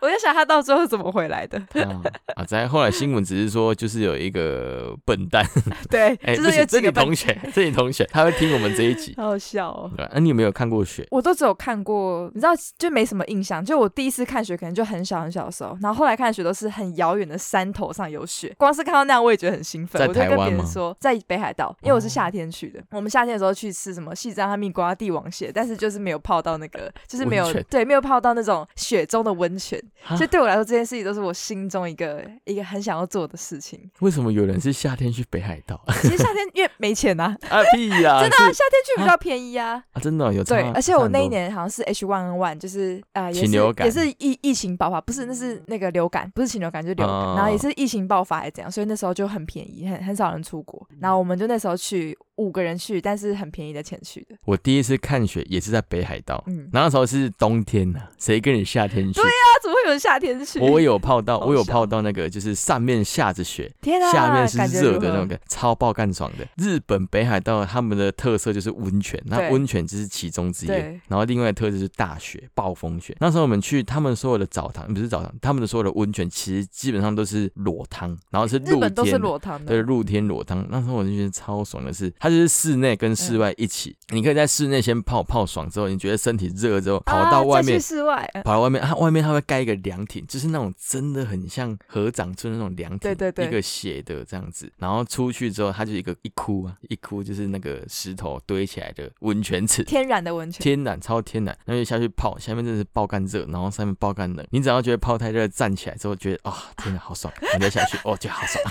Speaker 1: 我在想他到最后怎么回来的？
Speaker 2: 啊啊！在后来新闻只是说，就是有一个笨 蛋，
Speaker 1: 对，
Speaker 2: 哎、
Speaker 1: 就
Speaker 2: 不
Speaker 1: 是有
Speaker 2: 行，这
Speaker 1: 几
Speaker 2: 是你
Speaker 1: 个
Speaker 2: 同学，这是你同学，他会听我们这一集。
Speaker 1: 好好笑哦。
Speaker 2: 对啊那、你有没有看过雪？
Speaker 1: 我都只有看过，你知道，就没什么印象。就我第一次看雪，可能就很小很小的时候，然后后来看雪都是很遥远的山头上有雪，光是看到那样我也觉得很兴奋。
Speaker 2: 在
Speaker 1: 我就跟
Speaker 2: 台湾
Speaker 1: 别人
Speaker 2: 吗哦
Speaker 1: 说，在北海道，因为我是夏天去的，我们夏天的时候去吃什么西藏哈密瓜、帝王蟹，但是就是没有泡到那个，就是没有
Speaker 2: 温泉
Speaker 1: 对，没有泡到那种雪中的温泉。
Speaker 2: 啊
Speaker 1: 所以对我来说，这件事情都是我心中一个一个很想要做的事情。
Speaker 2: 为什么有人是夏天去北海道？
Speaker 1: 其实夏天 因为没钱呐、
Speaker 2: 啊屁呀、
Speaker 1: 真的、啊、
Speaker 2: 是
Speaker 1: 夏天去比较便宜啊
Speaker 2: 啊，真的哦、有差
Speaker 1: 对，而且我那一，
Speaker 2: 差很多
Speaker 1: 年好像是 H1N1，就是呃也
Speaker 2: 禽
Speaker 1: 是
Speaker 2: 流感
Speaker 1: 也是疫疫情爆发，不是那是那个流感，不是禽流感就是流感，
Speaker 2: 嗯
Speaker 1: 然后也是疫情爆发还是怎样，所以那时候就很便宜，很很少人出国，
Speaker 2: 嗯
Speaker 1: 然后我们就那时候去五个人去，但是很便宜的钱去的，啊
Speaker 2: 我第一次看雪也是在北海道，
Speaker 1: 嗯，
Speaker 2: 然后那时候是冬天呐、谁跟你夏天去？
Speaker 1: 对
Speaker 2: 呀、
Speaker 1: 那怎么会有夏天去？
Speaker 2: 我有泡到，
Speaker 1: 好
Speaker 2: 我有
Speaker 1: 笑
Speaker 2: 泡到那个，就是上面下着雪，
Speaker 1: 天啊，
Speaker 2: 下面是
Speaker 1: 感觉
Speaker 2: 热
Speaker 1: 如
Speaker 2: 的
Speaker 1: 何
Speaker 2: 那种，感觉，超爆干爽的。日本北海道他们的特色就是温泉，那
Speaker 1: 对
Speaker 2: 温泉就是其中之一。
Speaker 1: 对
Speaker 2: 然后另外的特色就是大雪、暴风雪。那时候我们去他们所有的澡堂，不是澡堂，他们的所有的温泉其实基本上都是裸汤，然后是露
Speaker 1: 日
Speaker 2: 天的
Speaker 1: 本都是裸汤
Speaker 2: 对，
Speaker 1: 的，
Speaker 2: 露天裸汤，那时候我就觉得超爽的是，它就是室内跟
Speaker 1: 嗯
Speaker 2: 室外一起，你可以在室内先泡泡爽之后，你觉得身体热了之后，跑到外
Speaker 1: 啊再
Speaker 2: 面
Speaker 1: 去，室外，嗯
Speaker 2: 跑到外面，它外面它会盖一个凉亭，就是那种真的很像河长村那种凉亭，
Speaker 1: 对对对
Speaker 2: 一个斜的这样子，然后出去之后，它就一个一窟啊，一窟就是那个石头堆起来的温泉池，
Speaker 1: 天然的温泉，
Speaker 2: 天然超天然，然后就下去泡，下面真的是爆干热，然后上面爆干冷，你只要觉得泡太热，站起来之后觉得啊、天哪好爽，你再下去，哦，觉得好爽。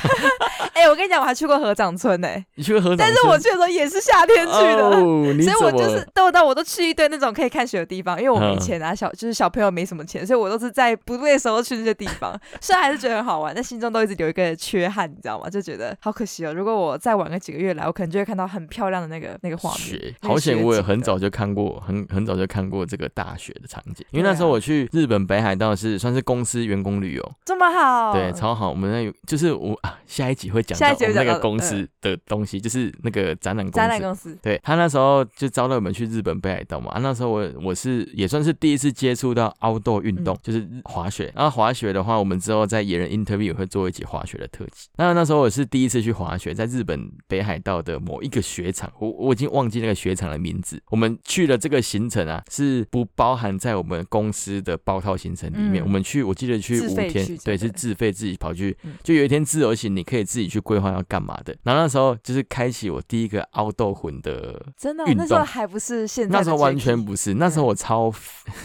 Speaker 1: 哎，我跟你讲，我还去过河长村呢，
Speaker 2: 你去过河长村
Speaker 1: 但
Speaker 2: 吗？
Speaker 1: 是我去的时候也是夏天去的。
Speaker 2: 哦，你
Speaker 1: 所以我
Speaker 2: 怎
Speaker 1: 就
Speaker 2: 么
Speaker 1: 是豆豆，我都去一堆那种可以看雪的地方，因为我没
Speaker 2: 嗯
Speaker 1: 钱啊，小就是小朋友没什么钱，所以我都是在不对的时候去那些地方。虽然还是觉得很好玩，但心中都一直有一个缺憾，你知道吗？就觉得好可惜哦。如果我再晚个几个月来，我可能就会看到很漂亮的那个那个画面。
Speaker 2: 雪，
Speaker 1: 那个
Speaker 2: 好险！
Speaker 1: 雪
Speaker 2: 我也
Speaker 1: 景
Speaker 2: 很
Speaker 1: 的
Speaker 2: 早就看过，很很早就看过这个大雪的场景，因为
Speaker 1: 对
Speaker 2: 那时候
Speaker 1: 啊
Speaker 2: 我去日本北海道是算是公司员工旅游，
Speaker 1: 这么好，
Speaker 2: 对，超好。我们那有就是我啊，下一集会讲
Speaker 1: 哦下
Speaker 2: 到
Speaker 1: 一集
Speaker 2: 我们
Speaker 1: 会
Speaker 2: 那
Speaker 1: 讲
Speaker 2: 个
Speaker 1: 到嗯
Speaker 2: 公司的东西，就是那个展览公
Speaker 1: 展览
Speaker 2: 司。
Speaker 1: 公司，
Speaker 2: 对他那时候就招待我们去日本北海道嘛，啊、那时候我我是也算是第一次接触到 outdoor 运动，就是滑雪。然后滑雪的话，我们之后在野人 interview 也会做一集滑雪的特辑。那那时候我是第一次去滑雪，在日本北海道的某一个雪场，我我已经忘记那个雪场的名字。我们去了这个行程啊，是不包含在我们公司的包套行程里
Speaker 1: 嗯
Speaker 2: 面。我们去，我记得去
Speaker 1: 自
Speaker 2: 五
Speaker 1: 费
Speaker 2: 天
Speaker 1: 去，对
Speaker 2: 对，是自费自己跑去
Speaker 1: 嗯，
Speaker 2: 就有一天自由行，你可以自己去规划要干嘛的。然后那时候就是开启我第一个 outdoor 魂的
Speaker 1: 真的哦、
Speaker 2: 运
Speaker 1: 那时候
Speaker 2: 动
Speaker 1: 还不是现在的嗯 Jacky，
Speaker 2: 那时候完全不是，那时候我超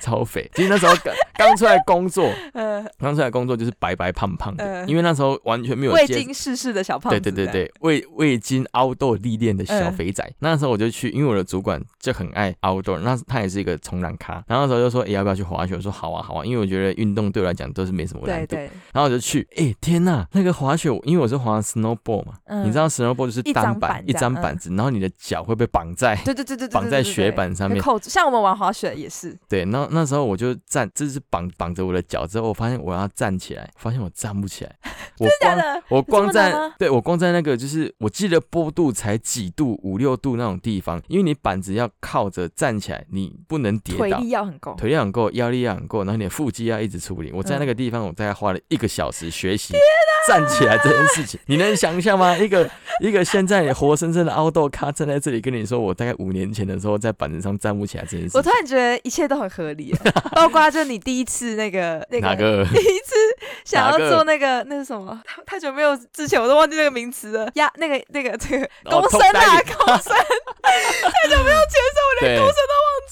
Speaker 2: 超肥，其实那时候刚刚出来工作，
Speaker 1: 呃
Speaker 2: 刚出来工作就是白白胖胖的，
Speaker 1: 呃
Speaker 2: 因为那时候完全没有
Speaker 1: 未
Speaker 2: 接触。
Speaker 1: 经世事的嗯小胖
Speaker 2: 对
Speaker 1: 子，
Speaker 2: 对对，对，未未经 outdoor 历练的小肥仔，那时候我就去，因为我的主管就很爱 outdoor，那他也是一个冲浪咖，然后那时候就说，哎、要不要去滑雪？我说好啊，好啊，因为我觉得运动对我来讲都是没什么难
Speaker 1: 对
Speaker 2: 度，
Speaker 1: 对，
Speaker 2: 然后我就去，哎、天呐，那个滑雪，因为我是滑 snowboard 嘛，
Speaker 1: 嗯
Speaker 2: 你知道 snowboard 就是
Speaker 1: 一
Speaker 2: 单
Speaker 1: 张
Speaker 2: 板
Speaker 1: 板
Speaker 2: 一
Speaker 1: 这样嗯
Speaker 2: 张板子，然后你的脚会被绑在
Speaker 1: 对对对对对，
Speaker 2: 绑
Speaker 1: 对
Speaker 2: 在
Speaker 1: 对对
Speaker 2: 雪
Speaker 1: 对
Speaker 2: 板上
Speaker 1: 会
Speaker 2: 面
Speaker 1: 扣住，像我们玩滑雪也是，
Speaker 2: 对，那那时候我就站，就是绑绑着我的脚之后，我发现我要站起来，发现我站不 起来，我
Speaker 1: 真
Speaker 2: 光
Speaker 1: 的假的？
Speaker 2: 我光
Speaker 1: 有这么
Speaker 2: 在
Speaker 1: 难吗
Speaker 2: 对我光在那个就是我记得坡度才几度五六度那种地方，因为你板子要靠着站起来，你不能跌
Speaker 1: 腿
Speaker 2: 倒。
Speaker 1: 力要很够，
Speaker 2: 腿力要很够，腰力要很够，然后你的腹肌要一直处理。我在那个地方，我大概花了一个小时学习站起来这件事情。 你能想象吗？一个一个现在活生生的凹豆咖站在这里跟你说，我大概五年前的时候在板子上站不起来这件事
Speaker 1: 我
Speaker 2: 情。
Speaker 1: 突然觉得一切都很合理耶，包括就你第一次那个那
Speaker 2: 哪
Speaker 1: 个。
Speaker 2: 个？
Speaker 1: 第一次想要
Speaker 2: 哪个
Speaker 1: 做那个那是什么？太太久没有之前我都忘记那个名词了。呀，那个那个这个
Speaker 2: 哦
Speaker 1: 公升啊，
Speaker 2: ，top
Speaker 1: 公升，
Speaker 2: 对，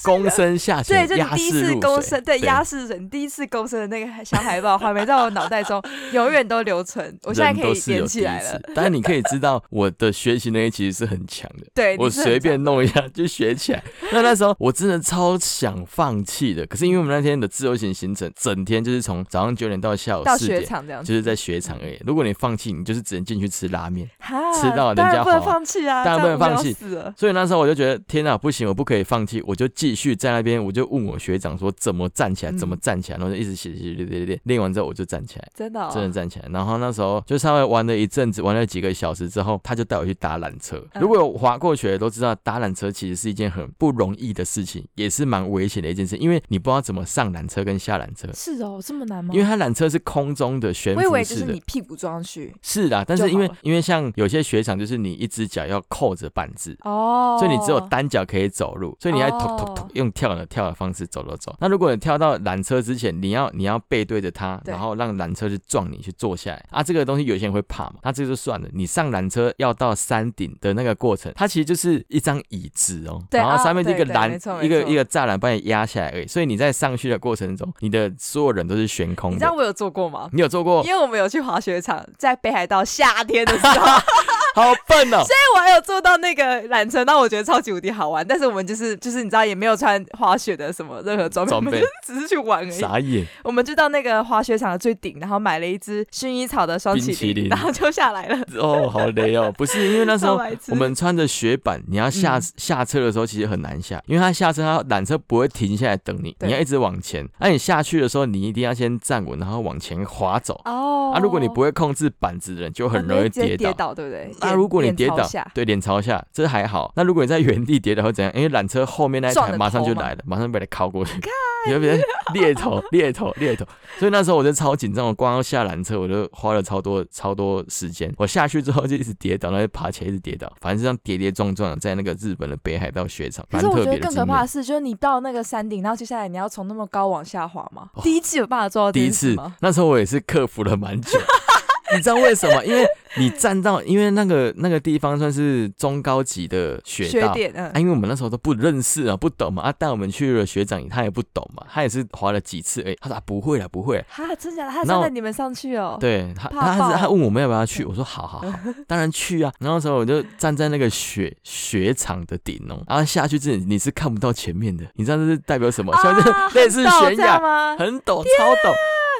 Speaker 2: 躬身下
Speaker 1: 对，
Speaker 2: 潜，
Speaker 1: 就你
Speaker 2: 压
Speaker 1: 第一
Speaker 2: 式
Speaker 1: 次
Speaker 2: 入
Speaker 1: 公
Speaker 2: 水
Speaker 1: 升，对，压式人第一次公升的那个小海报，画面在我脑袋中永远都留存。我现在
Speaker 2: 人
Speaker 1: 可
Speaker 2: 都
Speaker 1: 以
Speaker 2: 是有
Speaker 1: 连
Speaker 2: 第
Speaker 1: 起
Speaker 2: 一
Speaker 1: 来了
Speaker 2: 次。但是你可以知道，我的学习能力其实是很强的。
Speaker 1: 对，
Speaker 2: 我
Speaker 1: 哎你是很
Speaker 2: 随便弄一下就学起来。那那时候我真的超想放弃的，可是因为我们那天的自由行行程，整天就是从早上九点到下午
Speaker 1: 到
Speaker 2: 四
Speaker 1: 雪
Speaker 2: 点，
Speaker 1: 场这样子
Speaker 2: 就，是在雪场而已。如果你放弃，你就是只能进去吃拉面。
Speaker 1: 哈
Speaker 2: 吃到人
Speaker 1: 当然
Speaker 2: 家
Speaker 1: 不能
Speaker 2: 滑
Speaker 1: 放弃啊，
Speaker 2: 当然
Speaker 1: 这样
Speaker 2: 不能放
Speaker 1: 无聊
Speaker 2: 弃
Speaker 1: 死了。
Speaker 2: 所以那时候我就觉得天啊，不行，我不可以放弃，我就继续在那边，我就问我学长说怎么站起来，
Speaker 1: 嗯
Speaker 2: 怎么站起来，然后就一直写写写练练练，练完之后我就站起来。
Speaker 1: 真的、哦，
Speaker 2: 真的站起来。然后那时候就稍微玩了一阵子，玩了几个小时之后，他就带我去搭缆车。
Speaker 1: 嗯
Speaker 2: 如果有滑过雪的都知道，搭缆车其实是一件很不容易的事情，也是蛮危险的一件事，因为你不知道怎么上缆车跟下缆车，
Speaker 1: 是哦，这么难吗？
Speaker 2: 因为它缆车是空中的悬
Speaker 1: 我以
Speaker 2: 浮
Speaker 1: 为就
Speaker 2: 式
Speaker 1: 是
Speaker 2: 的
Speaker 1: 你。屁股撞上去
Speaker 2: 是啦，但
Speaker 1: 就是好
Speaker 2: 因为
Speaker 1: 了
Speaker 2: 因为像有些雪场，就是你一只脚要扣着板子，
Speaker 1: 哦，
Speaker 2: 所以你只有单脚可以走路，所以你要
Speaker 1: 哦
Speaker 2: 突突突用跳的跳的方式走走走。那如果你跳到缆车之前，你要你要背对着它，
Speaker 1: 对
Speaker 2: 然后让缆车去撞你去坐下来啊。这个东西有些人会怕嘛，那这个就算了。你上缆车要到山顶的那个过程，它其实就是一张椅子哦，
Speaker 1: 对
Speaker 2: 然后
Speaker 1: 啊
Speaker 2: 上面一个
Speaker 1: 对对
Speaker 2: 栏
Speaker 1: 没错，
Speaker 2: 一
Speaker 1: 没
Speaker 2: 个
Speaker 1: 错
Speaker 2: 一个栅栏把你压下来而已。所以你在上去的过程中，你的所有人都是悬
Speaker 1: 你
Speaker 2: 空
Speaker 1: 知道
Speaker 2: 的。
Speaker 1: 我有做过吗？
Speaker 2: 你有 做过？
Speaker 1: 因为我们有去滑雪场，在北海道夏天的时 候，所
Speaker 2: 好 笨哦！
Speaker 1: 以我还有坐到那个缆车，那我觉得超级无敌好玩。但是我们就是就是你知道也没有穿滑雪的什么任何装备，
Speaker 2: 装
Speaker 1: 我们
Speaker 2: 备
Speaker 1: 就是只是去玩而已。
Speaker 2: 傻眼，
Speaker 1: 我们就到那个滑雪场的最顶，然后买了一只薰衣草的双
Speaker 2: 冰淇
Speaker 1: 淇
Speaker 2: 淋
Speaker 1: 淋，然后就下来了。
Speaker 2: 哦，好雷哦！不是因为那 时
Speaker 1: 超
Speaker 2: 候
Speaker 1: 白痴
Speaker 2: 我们穿着雪板，你要下、
Speaker 1: 嗯
Speaker 2: 下车的时候其实很难下，因为它下车它缆车不会停下来等你，
Speaker 1: 对
Speaker 2: 你要一直往前。那、你下去的时候，你一定要先站稳，然后往前滑走。
Speaker 1: 哦
Speaker 2: 啊，如果你不会控制板子的人，就很容易
Speaker 1: 直接
Speaker 2: 跌倒。
Speaker 1: 倒，对不对？
Speaker 2: 那、
Speaker 1: 脸
Speaker 2: 如果你
Speaker 1: 脸
Speaker 2: 跌
Speaker 1: 朝
Speaker 2: 倒
Speaker 1: 下，
Speaker 2: 对，脸朝下，这还好。那如果你在原地跌倒会怎样？因为缆车后面那一
Speaker 1: 撞
Speaker 2: 台
Speaker 1: 了
Speaker 2: 马上
Speaker 1: 头
Speaker 2: 就
Speaker 1: 吗
Speaker 2: 来了，马上被它靠过去，你 会变成猎头，猎头，猎头。所以那时候我就超紧张，我光要下缆车我就花了超多超多时间。我下去之后就一直跌倒，然后就爬起来一直跌倒，反正是这样跌跌撞撞的，在那个日本的北海道雪场，
Speaker 1: 可
Speaker 2: 蛮
Speaker 1: 是我
Speaker 2: 特
Speaker 1: 觉
Speaker 2: 别
Speaker 1: 得
Speaker 2: 的
Speaker 1: 更
Speaker 2: 经
Speaker 1: 可怕的
Speaker 2: 验。
Speaker 1: 是，就是你到那个山顶，然后接下来你要从那么高往下滑吗？
Speaker 2: 哦
Speaker 1: 第一次有办法做到这
Speaker 2: 第一
Speaker 1: 件事
Speaker 2: 次
Speaker 1: 吗？，
Speaker 2: 那时候我也是克服了蛮久， 你知道为什么？因为你站到，因为那个那个地方算是中高级的学
Speaker 1: 学
Speaker 2: 道。
Speaker 1: 点嗯
Speaker 2: 啊，因为我们那时候都不认识啊，不懂嘛，啊，带我们去了学长他也不懂嘛，他也是滑了几次而已，他说、啊、不会了，不会啦
Speaker 1: 哈，真假的？他
Speaker 2: 那
Speaker 1: 真
Speaker 2: 我
Speaker 1: 的你们上去哦？
Speaker 2: 对他，
Speaker 1: 怕
Speaker 2: 他还
Speaker 1: 爆嗯
Speaker 2: 是他问我们要不要去，我说好 好好，当然去啊。然后那时候我就站在那个雪雪场的顶哦，然后下去之前你是看不到前面的，你知道这是代表什么？
Speaker 1: 啊，
Speaker 2: 像是 类似
Speaker 1: 很陡
Speaker 2: 悬
Speaker 1: 这样
Speaker 2: 崖，
Speaker 1: 吗？
Speaker 2: 很陡，超陡。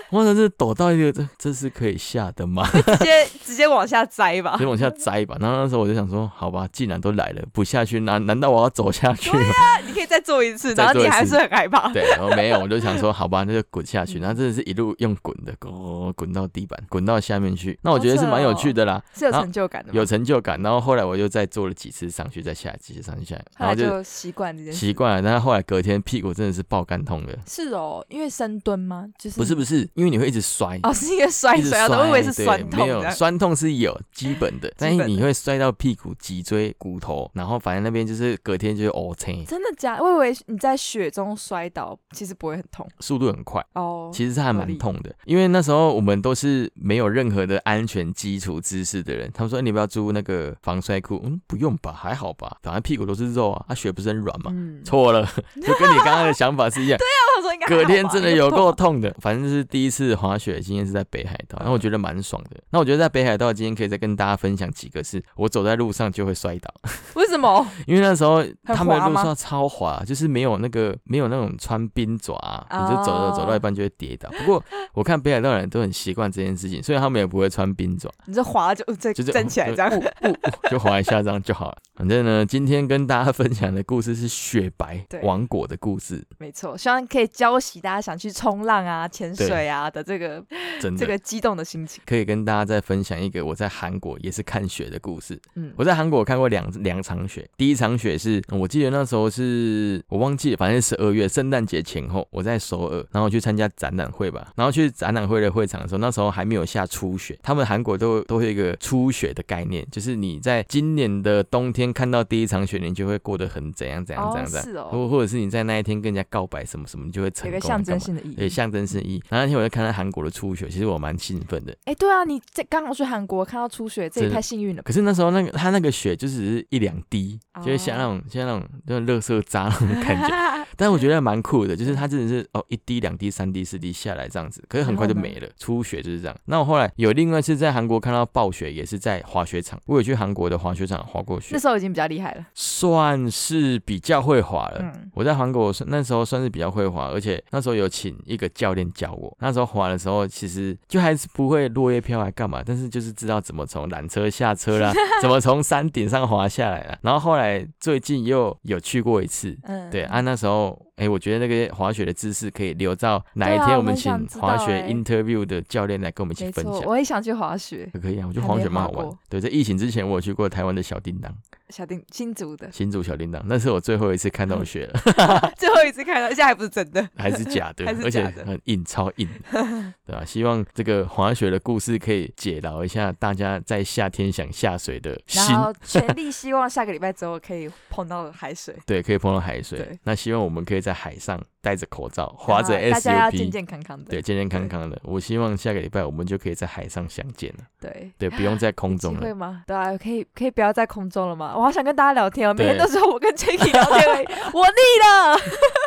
Speaker 2: 我真是陡到一个，这这是可以下的吗？
Speaker 1: 直接直接往下摘吧
Speaker 2: 直接。往下栽吧。然后那时候我就想说，好吧，既然都来了，不下去，难难道我要走下去吗？
Speaker 1: 你可以再做一次，
Speaker 2: 再
Speaker 1: 然后
Speaker 2: 做
Speaker 1: 你
Speaker 2: 一
Speaker 1: 还
Speaker 2: 次
Speaker 1: 是很害怕。
Speaker 2: 对，然后没有，我就想说，好吧，那就滚下
Speaker 1: 嗯
Speaker 2: 去。然后真的是一路用滚的，滚滚到地板，滚到下面去。那我觉得是蛮有趣的啦。
Speaker 1: 是有
Speaker 2: 然后
Speaker 1: 成就感的吗？
Speaker 2: 有成就感。然后后来我又再做了几次上去，再下来，几次上去下来，
Speaker 1: 后
Speaker 2: 然
Speaker 1: 来
Speaker 2: 后就
Speaker 1: 就习惯这件事。
Speaker 2: 习惯了。但是后来隔天屁股真的是爆干痛的，
Speaker 1: 是哦，因为深蹲吗？就是
Speaker 2: 不是不是，因为你会一直摔。
Speaker 1: 哦，是因为摔
Speaker 2: 一直
Speaker 1: 摔到的，我以为是
Speaker 2: 对
Speaker 1: 酸痛
Speaker 2: 没有
Speaker 1: 的。
Speaker 2: 酸痛是有基本 的，但是
Speaker 1: 本的
Speaker 2: 你会摔到屁股、脊椎、骨头，然后反正那边就是隔天就是哦 O K，
Speaker 1: 真的假的？我以为你在雪中摔倒，其实不会很痛
Speaker 2: 速度很快，
Speaker 1: 哦。
Speaker 2: 其实是还
Speaker 1: 合理
Speaker 2: 蛮痛的，因为那时候我们都是没有任何的安全基础知识的人。他们说、欸你要不要租那个防摔裤，嗯，不用吧，还好吧，反正屁股都是肉啊，啊血不是很软嘛，
Speaker 1: 嗯，
Speaker 2: 错了，就跟你刚刚的想法是 一样。
Speaker 1: 那我说应该还好
Speaker 2: 隔
Speaker 1: 吧
Speaker 2: 天真的
Speaker 1: 应该
Speaker 2: 有
Speaker 1: 不痛
Speaker 2: 够
Speaker 1: 啊吧
Speaker 2: 痛的，反正就是第一次滑雪的经验是在北海道，然后我觉得蛮爽的。那我觉得在北海道今天可以再跟大家分享几个是我走在路上就会摔倒，
Speaker 1: 为什么？
Speaker 2: 因为那时候
Speaker 1: 很
Speaker 2: 他们
Speaker 1: 滑
Speaker 2: 的路
Speaker 1: 吗
Speaker 2: 上超滑，就是没有那个没有那种穿冰爪啊，你就走
Speaker 1: 哦
Speaker 2: 着走到一半就会跌倒。不过我看北海道人都很习惯这件事情，所以他们也不会穿冰爪。
Speaker 1: 你这滑就这
Speaker 2: 就是
Speaker 1: 站起来这样，
Speaker 2: 呜呜就滑一下这样就好了。反正呢，今天跟大家分享的故事是雪白
Speaker 1: 对
Speaker 2: 王国的故事，
Speaker 1: 没错。希望可以教习大家想去冲浪啊、潜水啊的这个
Speaker 2: 真的。
Speaker 1: 这个激动的心情。
Speaker 2: 可以跟大家再分享一个我在韩国也是看雪的故事。
Speaker 1: 嗯，
Speaker 2: 我在韩国看过两两场雪，第一场雪是我记得那时候是我忘记了，反正十二月圣诞节前后，我在首尔，然后我去参加展览会吧，然后去展览会的会场的时候，那时候还没有下初雪，他们韩国都都会有一个初雪的概念，就是你在今年的冬天看到第一场雪，你就会过得很怎样怎样怎
Speaker 1: 哦
Speaker 2: 样怎样，
Speaker 1: 是哦，
Speaker 2: 或或者是你在那一天跟人家告白什么什么，你就会成
Speaker 1: 有
Speaker 2: 功
Speaker 1: 个
Speaker 2: 干嘛。
Speaker 1: 象征性的意
Speaker 2: 对，
Speaker 1: 义。
Speaker 2: 象征是一。然后那天我就看到韩国的初雪，其实我蛮兴奋的。
Speaker 1: 哎，对啊，你这刚好去韩国看到初雪，这也
Speaker 2: 真的
Speaker 1: 太幸运了吧。
Speaker 2: 可是那时候那个它那个雪就只是一两滴，
Speaker 1: 哦
Speaker 2: 就是像那种像那种那种乐色渣那种感 觉，但我觉得蛮酷的，就是它真的是哦一滴两滴三滴四滴下来这样子，可是很快就
Speaker 1: 然后呢
Speaker 2: 没了。初雪就是这样。那我后来有另外一次在韩国看到暴雪，也是在滑雪场，我有去韩国的滑雪场滑过雪
Speaker 1: 那，时候已经比较厉害了。
Speaker 2: 算是比较会滑了。
Speaker 1: 嗯，
Speaker 2: 我在韩国算那时候算是比较会滑，而且那时候有请一个教练教我。那时候滑的时候，其实就还是不会落叶飘来干嘛，但是就是知道怎么从缆车下 车啦，怎么从山顶上滑下来啦。然后后来最近又有去过一次，
Speaker 1: 嗯
Speaker 2: 对啊，那时候哎、我觉得那个滑雪的知识可以留到哪
Speaker 1: 对
Speaker 2: 一
Speaker 1: 啊
Speaker 2: 天
Speaker 1: 我
Speaker 2: 们
Speaker 1: 很
Speaker 2: 请
Speaker 1: 想知道
Speaker 2: 滑雪
Speaker 1: 欸
Speaker 2: interview 的教练来跟我们一起
Speaker 1: 没
Speaker 2: 分
Speaker 1: 错，
Speaker 2: 享。
Speaker 1: 我也想去滑雪。
Speaker 2: 可以啊，我觉得
Speaker 1: 还
Speaker 2: 滑
Speaker 1: 没
Speaker 2: 雪蛮好
Speaker 1: 滑
Speaker 2: 玩
Speaker 1: 过。
Speaker 2: 对，在疫情之前，我有去过台湾的小叮当，
Speaker 1: 小叮新竹的
Speaker 2: 新竹小叮当，那是我最后一次看到雪了。
Speaker 1: 最后一次看到，现在还不是真 的。
Speaker 2: 还是假 的，
Speaker 1: 还是
Speaker 2: 而且
Speaker 1: 假的
Speaker 2: 很硬，超硬的，对吧、希望这个滑雪的故事可以解劳一下大家在夏天想下水的心
Speaker 1: 然。后全力希望下个礼拜之后可以碰到海水。
Speaker 2: 对，可以碰到海水
Speaker 1: 对。
Speaker 2: 那希望我们可以在海上戴着口罩，划着
Speaker 1: 然后大家要
Speaker 2: SUP，
Speaker 1: 健健康康的。
Speaker 2: 对，健健康康的。我希望下个礼拜我们就可以在海上相见了，
Speaker 1: 对，
Speaker 2: 对，不用在空
Speaker 1: 机
Speaker 2: 中
Speaker 1: 会
Speaker 2: 了。
Speaker 1: 吗？对啊，可以可以不要在空中了吗？我好想跟大家聊天哦，每
Speaker 2: 对
Speaker 1: 天都是我跟 Jacky 聊天而已， 我腻了。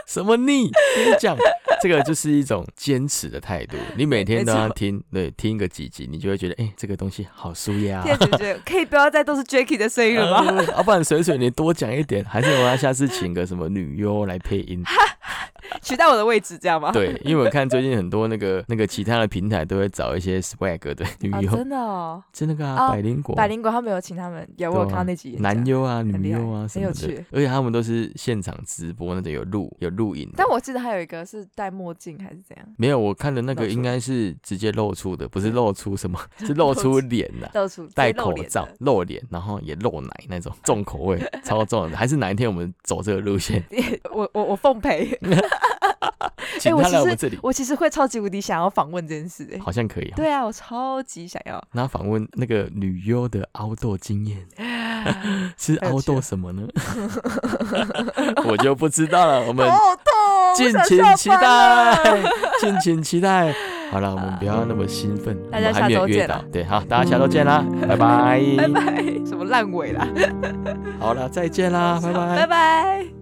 Speaker 2: 什么腻？跟你讲，这个就是一种坚持的态度。你每天都
Speaker 1: 没
Speaker 2: 要
Speaker 1: 错
Speaker 2: 听，对，听个几集，你就会觉得，哎、这个东西好舒压、啊
Speaker 1: 天主觉得可以不要再都是 Jacky 的声音了吗？
Speaker 2: 呃要不然水水你多讲一点，还是我要下次请个什么女优来配音？
Speaker 1: 取代我的位置，这样吗？
Speaker 2: 对， 因为我看最近很多那个那个其他的平台都会找一些 swag 的女
Speaker 1: 啊，
Speaker 2: 优，
Speaker 1: 真的哦，
Speaker 2: 是那个
Speaker 1: 啊
Speaker 2: 啊百灵果、
Speaker 1: 百灵果他们有请他们，有我有看到那集演讲
Speaker 2: 男。优啊、
Speaker 1: 很
Speaker 2: 女
Speaker 1: 厉害
Speaker 2: 优啊什
Speaker 1: 很有
Speaker 2: 么的
Speaker 1: 趣，
Speaker 2: 而且他们都是现场直播那种有录有录影的。
Speaker 1: 但我记得还有一个是戴墨镜还是怎样，
Speaker 2: 没有，我看的那
Speaker 1: 露
Speaker 2: 个
Speaker 1: 出
Speaker 2: 应该是直接露出 的，不是露出什么，是露出脸呐、
Speaker 1: 露出
Speaker 2: 戴
Speaker 1: 直接露
Speaker 2: 口
Speaker 1: 脸的
Speaker 2: 罩、露脸，然后也露奶那种重口味，超重的。还是哪一天我们走这个 路线，
Speaker 1: 我我我奉陪，
Speaker 2: 请
Speaker 1: 哎我
Speaker 2: 他
Speaker 1: 其
Speaker 2: 来我
Speaker 1: 实
Speaker 2: 们这里，
Speaker 1: 我其实会超级无敌想要访问这件事、哎，
Speaker 2: 好像可以、哦。
Speaker 1: 对啊，我超级想要，
Speaker 2: 那访问那个女优的凹豆 经验是
Speaker 1: 太有
Speaker 2: 凹
Speaker 1: 趣了
Speaker 2: 豆什 么呢？我就不知道了。我们
Speaker 1: 好痛，
Speaker 2: 敬
Speaker 1: 我想
Speaker 2: 请
Speaker 1: 下
Speaker 2: 期
Speaker 1: 班了
Speaker 2: 待，敬请期待。好了，我们不要那么兴奋，我
Speaker 1: 大家
Speaker 2: 们还没
Speaker 1: 下
Speaker 2: 有
Speaker 1: 周
Speaker 2: 约
Speaker 1: 见
Speaker 2: 到
Speaker 1: 啊。
Speaker 2: 对，好，大家下周 见啦，拜拜。
Speaker 1: 拜拜，什么烂尾啦，
Speaker 2: 好了，再见啦，拜拜
Speaker 1: 啊拜。拜。